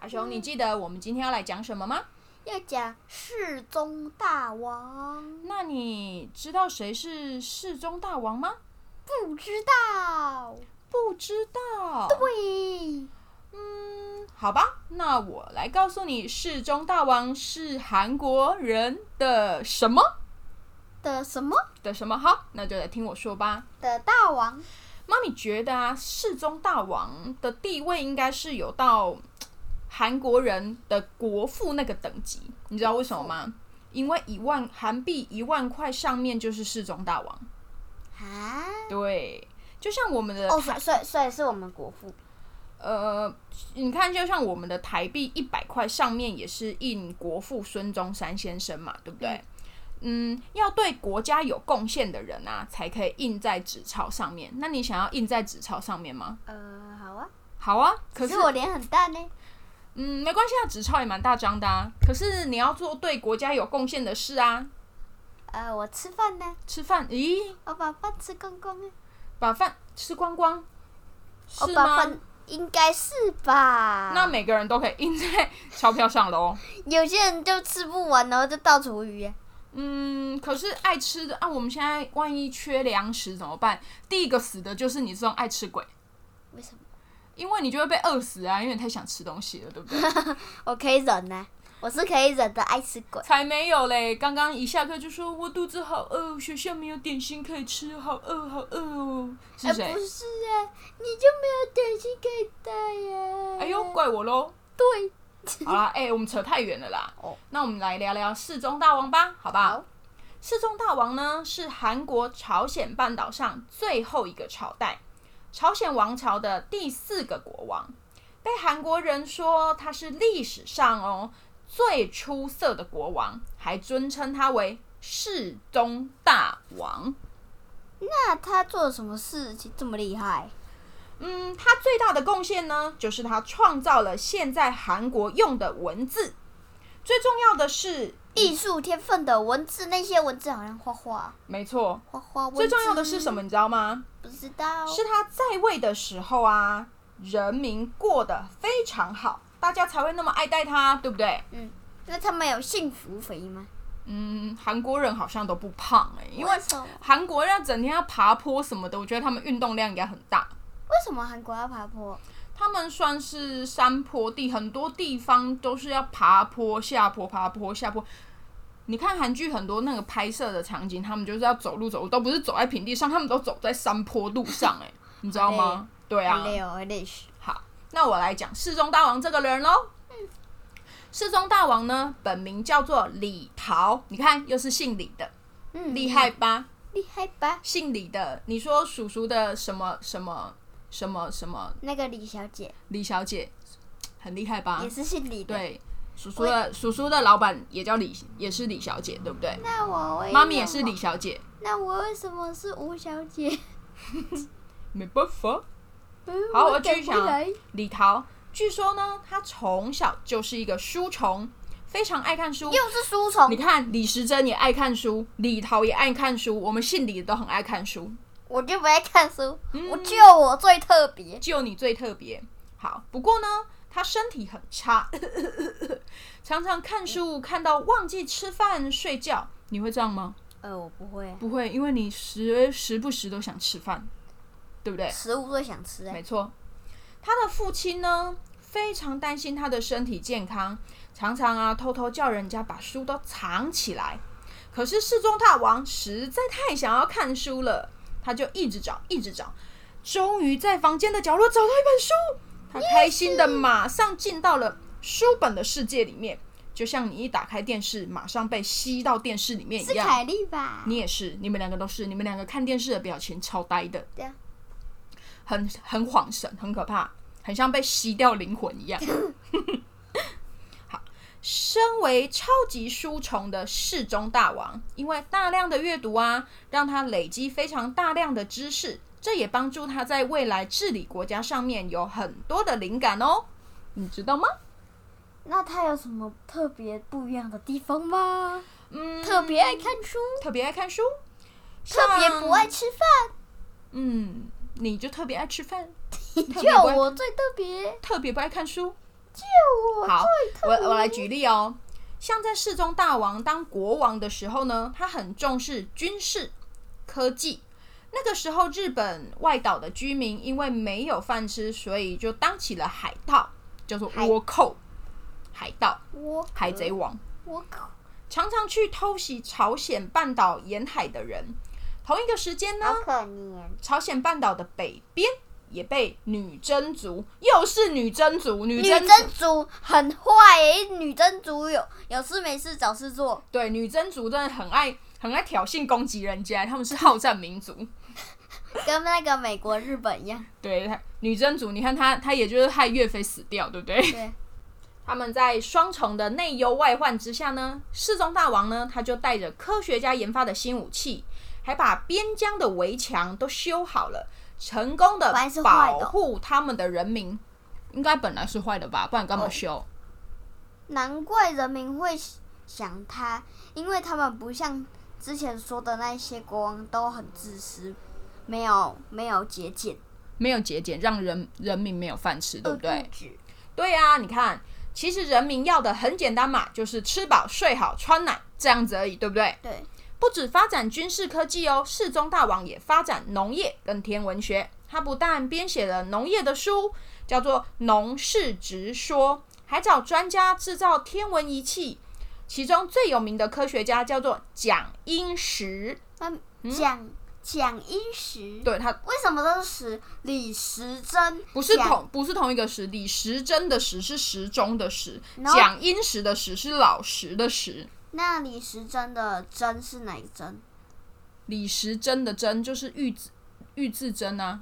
阿雄，你记得我们今天要来讲什么吗？要讲世宗大王，那你知道谁是世宗大王吗？不知道。不知道。喂，嗯，好吧，那我来告诉你，世宗大王是韩国人的什么的什么的什么？好，那就来听我说吧。的大王？妈咪觉得啊，世宗大王的地位应该是有到嘖韩国人的国父那个等级，你知道为什么吗？因为一万韩币一万块上面就是世宗大王，啊？对，就像我们的、哦，所以所以所以是我们国父。呃，你看，就像我们的台币一百块上面也是印国父孙中山先生嘛，对不对？嗯，要对国家有贡献的人啊，才可以印在纸钞上面。那你想要印在纸钞上面吗？呃，好啊。好啊，可可是是我脸很大呢。嗯，没关系啊，纸钞也蛮大张的啊。可是你要做对国家有贡献的事啊。呃，我吃饭呢，吃饭，咦，我把饭吃光光了。把饭吃光光，我是哦把吗？饭应该是吧？那每个人都可以印在钞票上喽。有些人就吃不完，然后就倒厨余啊。嗯，可是爱吃的啊，我们现在万一缺粮食怎么办？第一个死的就是你这种爱吃鬼，为什么？因为你就会被饿死啊，因为你太想吃东西了，对 不对？我可以忍呢、我是可以忍的爱吃鬼。才没有嘞！刚刚一下课就说我肚子好饿，学校没有点心可以吃，好饿好饿哦，哎、是谁不？是啊，你就没有点心可以带呀、哎呦，怪我喽！对， 好啦，哎、我们扯太远了啦。哦那我们来聊聊世宗大王吧，好不好好？世宗大王呢是韩国朝鲜半岛上最后一个朝代，朝鲜王朝的第四个国王，被韩国人说他是历史上哦最出色的国王，还尊称他为世宗大王。那他做了什么事情这么厉害？嗯，他最大的贡献呢，就是他创造了现在韩国用的文字。最重要的是，艺术天分的文字，那些文字好像画画，没错，画画文字。最重要的是什？么，你知道吗？不知道。是他在位的时候啊，人民过得非常好，大家才会那么爱戴他，对不对？那他们有幸福肥吗？嗯，韩国人好像都不胖哎、因为为什么？韩国人整天要爬坡什么的，我觉得他们运动量应该很大。为什么韩国要爬坡？他们算是山坡地，很多地方都是要爬坡、下坡、爬坡、下坡。你看韩剧很多那个拍摄的场景，他们就是要走路走路，都不是走在平地上，他们都走在山坡路上、哎，你知好道累吗？对啊，好累哦，好累死。好，那我来讲世宗大王这个人喽。世宗大王呢，本名叫做李桃，你看又是姓李的，嗯，厉害吧？厉害吧？姓李的，你说叔叔的什么什么什么什么那个李小姐李小姐，很厉害吧也？是姓李的。，啊对，叔叔的叔叔的老板也叫李，也是李小姐，对不对？那我为妈咪也是什么李，小姐，那我为什么是吴小姐？没办法。嗯好我我继改续不讲来李桃，据说呢，她从小就是一个书虫，非常爱看书，又是书你虫，看李时珍也爱看书，李桃也爱看书，我们姓李的都很爱看书，我就不爱看书，嗯我就我最特别。只有你最特别。好，不过呢，他身体很差， 常常看书看到忘记吃饭睡觉。你会这样吗？呃，我不会，不会，因为你时时不时都想吃饭，对不对？食物最想吃哎。没错，他的父亲呢非常担心他的身体健康，常常啊偷偷叫人家把书都藏起来。可是世宗大王实在太想要看书了，他就一直找，一直找，终于在房间的角落找到一本书。他开心的马上进到了书本的世界里面，就像你一打开电视，马上被吸到电视里面一是样。凯莉吧？你也是，你们两个都是，你们两个看电视的表情超呆的，对啊很很恍神，很可怕，很像被吸掉灵魂一 样。好，身为超级书虫的世中大王，因为大量的阅读啊，让他累积非常大量的知识，这也帮助他在未来治理国家上面有很多的灵感哦，你知道吗？那他有什么特别不一样的地方吗？嗯，特别爱看书，特别爱看书，特别不爱吃饭，嗯，你就特别爱吃饭，特别不爱就我最特别，特别不爱看书。就我好最，特我别。我来举例哦。像在世宗大王当国王的时候呢，他很重视军事、科技。那个时候，日本外岛的居民因为没有饭吃，所以就当起了海盗，叫做海倭寇、海盗、我海贼王。我口常常去偷袭朝鲜半岛沿海的人。同一个时间呢，可怜，朝鲜半岛的北边也被女真族，又是女真族，女女真族真族很坏耶、女真族有有事没事找事做，对，女真族真的很爱很爱挑衅攻击人家，他们是好战民族。跟那个美国、日本一 样。对，她女真族，你看她，她也就是害岳飞死掉，对不对？ 对，他们在双重的内忧外患之下呢，世宗大王呢，他就带着科学家研发的新武器，还把边疆的围墙都修好了，成功的本来是坏保的哦护他们的人民。应该本来是坏的吧，不然干嘛哦修？难怪人民会想他，因为他们不像之前说的那些国王都很自私，没有没有节俭，没有节俭，让人人民没有饭吃，对不对？饿肚子对啊，你看，其实人民要的很简单嘛，就是吃饱、睡好、穿暖这样子而已，对不对？对，不止发展军事科技哦，世宗大王也发展农业跟天文学。他不但编写了农业的书，叫做《农事直说》，还找专家制造天文仪器。其中最有名的科学家叫做蒋英石，那蒋蒋英石，嗯对他为什么都是石？李时珍不是蒋同不是同一个石，李时珍的石是时钟的时，然后蒋英石的石是老石的石。那李时珍的珍是哪一珍？李时珍的珍就是玉字玉字珍啊，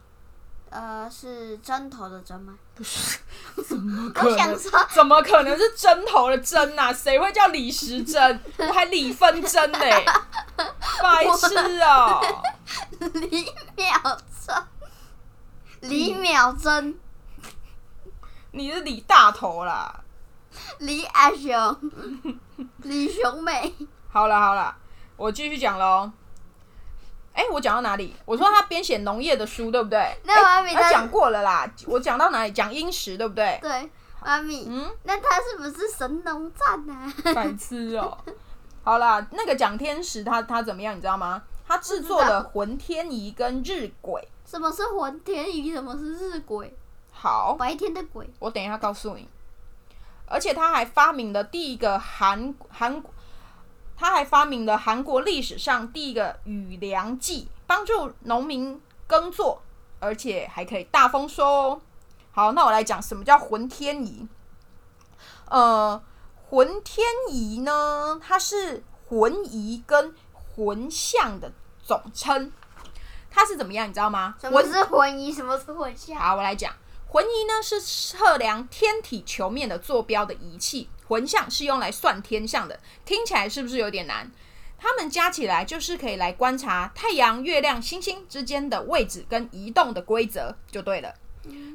呃，是针头的针吗？不是？怎么可我想能？说，怎么可能是针头的针啊？谁会叫李时珍？我还李芬珍呢、白痴哦、李淼珍，李淼珍，你是李大头啦！李阿雄，李雄美，好了好了，我继续讲喽。哎、我讲到哪里？我说他编写农业的书，对不对？那我还没诶他在讲过了啦。我讲到哪里？讲殷实，对不对？对，妈咪，嗯，那他是不是神农战啊？白痴哦、好啦，那个蒋天石他他怎么样，你知道吗？他制作了浑天仪跟日晷。什么是浑天仪？什么是日晷？好，白天的鬼，我等一下告诉你。而且他还发明了第一个韩韩，他还发明了韩国历史上第一个雨量计，帮助农民耕作，而且还可以大丰收哦。好，那我来讲什么叫浑天仪。呃，浑天仪呢，它是浑仪跟浑象的总称。它是怎么样，你知道吗？什么浑是浑仪？什么是浑下？好，我来讲，浑仪呢是测量天体球面的坐标的仪器，浑象是用来算天象的。听起来是不是有点难？它们加起来就是可以来观察太阳、月亮、星星之间的位置跟移动的规则，就对了。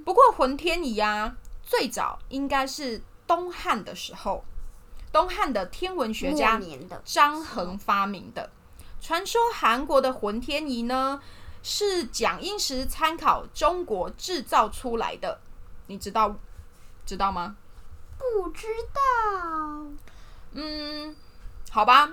不过浑天仪啊，最早应该是东汉的时候，东汉的天文学末家年的，张衡发明的。传说韩国的浑天仪呢，是蒋英石参考中国制造出来的，你知道知道吗？不知道。嗯，好吧，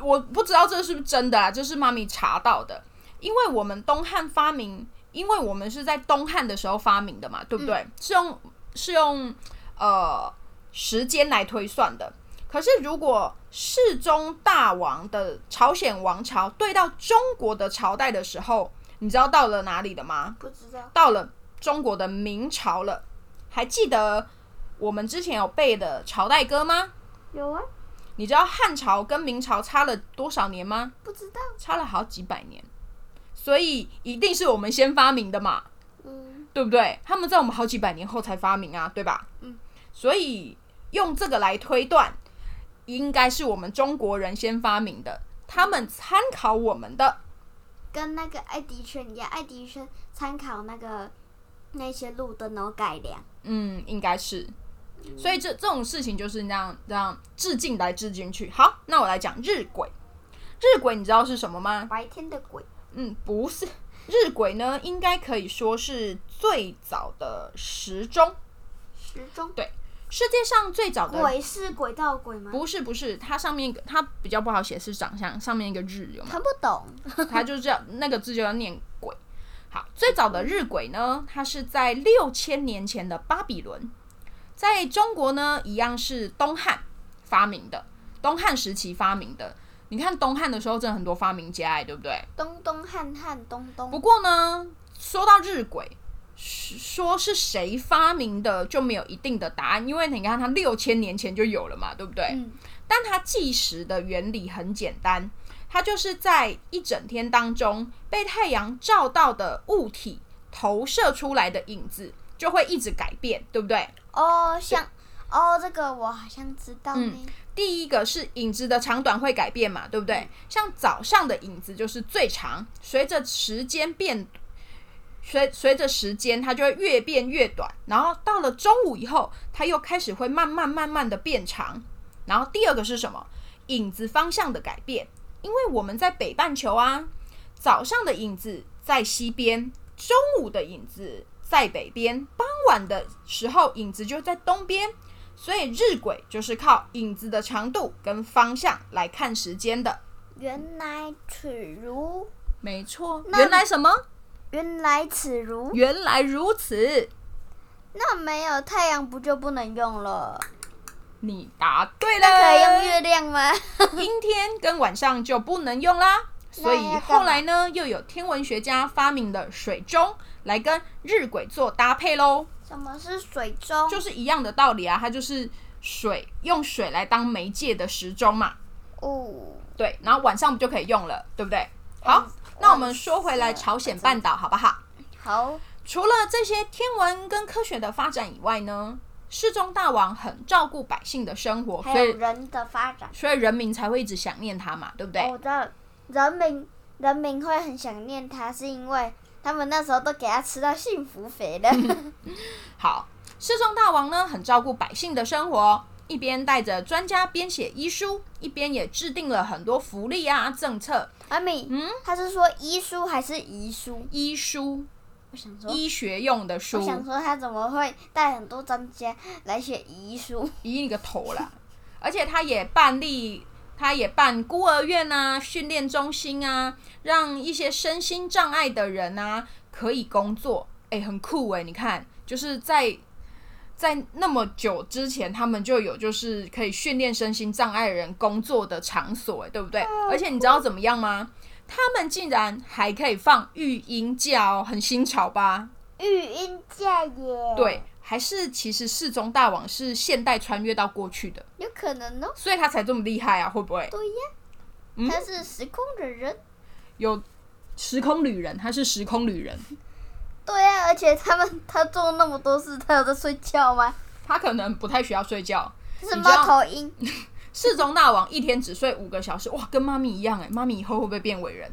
我不知道这是不是真的啊，这是妈咪查到的。因为我们东汉发明，因为我们是在东汉的时候发明的嘛，对不对？是用是用呃时间来推算的。可是，如果世宗大王的朝鲜王朝对到中国的朝代的时候，你知道到了哪里了吗？不知道。到了中国的明朝了。还记得我们之前有背的朝代歌吗？有啊，你知道汉朝跟明朝差了多少年吗？不知道。差了好几百年，所以一定是我们先发明的嘛，嗯，对不对？他们在我们好几百年后才发明啊，对吧？嗯，所以用这个来推断，应该是我们中国人先发明的，他们参考我们的。跟那个爱迪生一样，爱迪生参考那个那些路灯，然后改良。嗯，应该是。所以这这种事情就是那样这样致敬来致敬去。好，那我来讲日晷。日晷你知道是什么吗？白天的鬼，嗯，不是。日晷呢，应该可以说是最早的时钟，时钟，世界上最早的鬼是轨道的鬼吗？不是不是，它上面一个它比较不好写是长相，上面一个日有吗？看不懂。它就叫那个字就要念鬼。好，最早的日晷呢，它是在六千年前的巴比伦，在中国呢一样是东汉发明的，东汉时期发明的。你看东汉的时候，真的很多发明家哎，对不对？东东汉汉东不东，过呢，说到日晷，说是谁发明的就没有一定的答案，因为你看它六千年前就有了嘛，对不对？嗯，但它计时的原理很简单，它就是在一整天当中被太阳照到的物体投射出来的影子就会一直改变，对不对？哦，像哦，这个我好像知道呢。第一个是影子的长短会改变嘛，对不对？像早上的影子就是最长，随着时间变，随随着时间它就会越变越短，然后到了中午以后，它又开始会慢慢慢慢的变长。然后第二个是什么？影子方向的改变，因为我们在北半球啊，早上的影子在西边，中午的影子在北边，傍晚的时候影子就在东边。所以日晷就是靠影子的长度跟方向来看时间的。原来此如，没错，那原来什么？原来此如，原来如此，那没有太阳不就不能用了？你答对可以用了。月亮吗？阴天跟晚上就不能用啦。所以后来呢，又有天文学家发明了水钟来跟日晷做搭配喽，什么是水钟？就是一样的道理啊，它就是水用水来当媒介的时钟嘛。哦，对，然后晚上不就可以用了，对不对？好，那我们说回来朝鲜半岛好不好？好，除了这些天文跟科学的发展以外呢，世宗大王很照顾百姓的生活，还所有以人的发展。所以人民才会一直想念他嘛，对不对？哦我知道，人民人民会很想念他，是因为他们那时候都给他吃到幸福肥 了。好，世宗大王呢很照顾百姓的生活，一边带着专家编写医书，一边也制定了很多福利啊政策。阿米，嗯，他是说医书还是遗书？医书，我想说，医学用的书哦我，想说他怎么会带很多专家来写遗 书？咦你个头啦！而且他也办理，他也办孤儿院啊、训练中心啊，让一些身心障碍的人啊可以工作。哎、很酷哎、你看，就是在在那么久之前，他们就有就是可以训练身心障碍的人工作的场所、哎，对不对？而且你知道怎么样吗？他们竟然还可以放育婴假哦，很新潮吧？育婴假耶，，对，还是其实世宗大王是现代穿越到过去的。有可能哦。所以他才这么厉害啊？会不会对呀，嗯他是时空的人。有时空旅人？他是时空旅人，对呀、而且他们他做那么多事，他有在睡觉吗？他可能不太需要睡觉。这是你知猫道头 鹰，世宗大王一天只睡五个小时，哇，跟妈咪一样哎、妈咪以后会不会变伟人？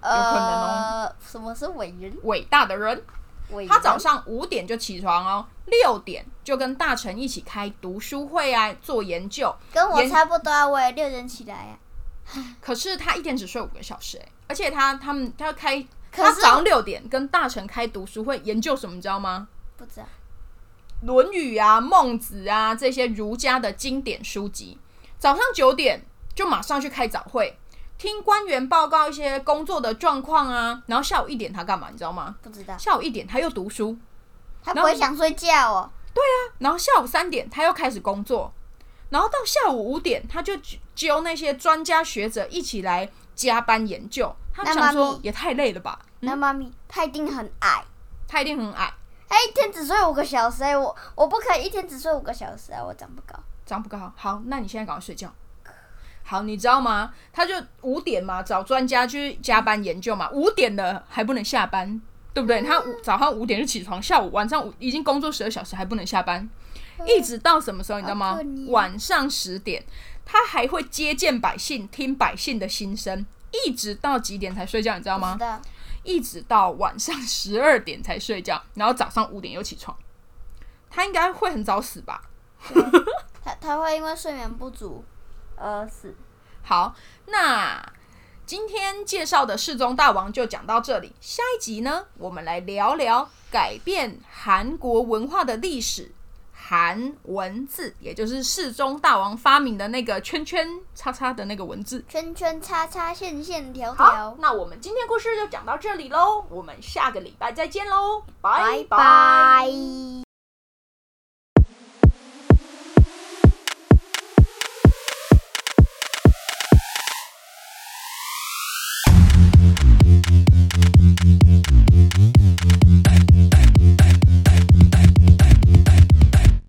可能哦呃，什么是伟人？伟大的人，伟人啊他早上五点就起床哦，六点就跟大臣一起开读书会啊，做研究。跟我研差不多啊，我也六点起来啊呀、可是他一天只睡五个小时哎、而且他他们他开。可他是早上六点跟大臣开读书会，研究什么你知道吗？不知道。 《论语》啊、孟子啊这些儒家的经典书籍。早上九点就马上去开早会，听官员报告一些工作的状况啊。然后下午一点他干嘛？你知道吗？不知道，下午一点他又读书。他然后不会想睡觉哦。然后下午三点他又开始工作，然后到下午五点他就揪揪那些专家学者一起来加班研究。他们那想妈说咪也太累了吧，那妈咪她一定很矮，他一定很矮，她一天只睡五个小时、欸，我我不可以一天只睡五个小时啊，我长不高。长不高。好，那你现在赶快睡觉。好，你知道吗？他就五点嘛，找专家去加班研究嘛。五点了还不能下班，对不对？嗯他五早上五点就起床，下午晚上五已经工作十二小时还不能下班，一直到什么时候你知嗯好道吗可怜？晚上十点，他还会接见百姓，听百姓的心声，一直到几点才睡觉？你知道不吗知？道，一直到晚上十二点才睡觉，然后早上五点又起床。他应该会很早死吧？她她会因为睡眠不足而死。好，那今天介绍的世宗大王就讲到这里。下一集呢，我们来聊聊改变韩国文化的历史。韩文字，也就是世宗大王发明的那个圈圈叉叉的那个文字。圈圈叉叉线线条好条，，那我们今天故事就讲到这里喽，我们下个礼拜再见喽，拜拜拜。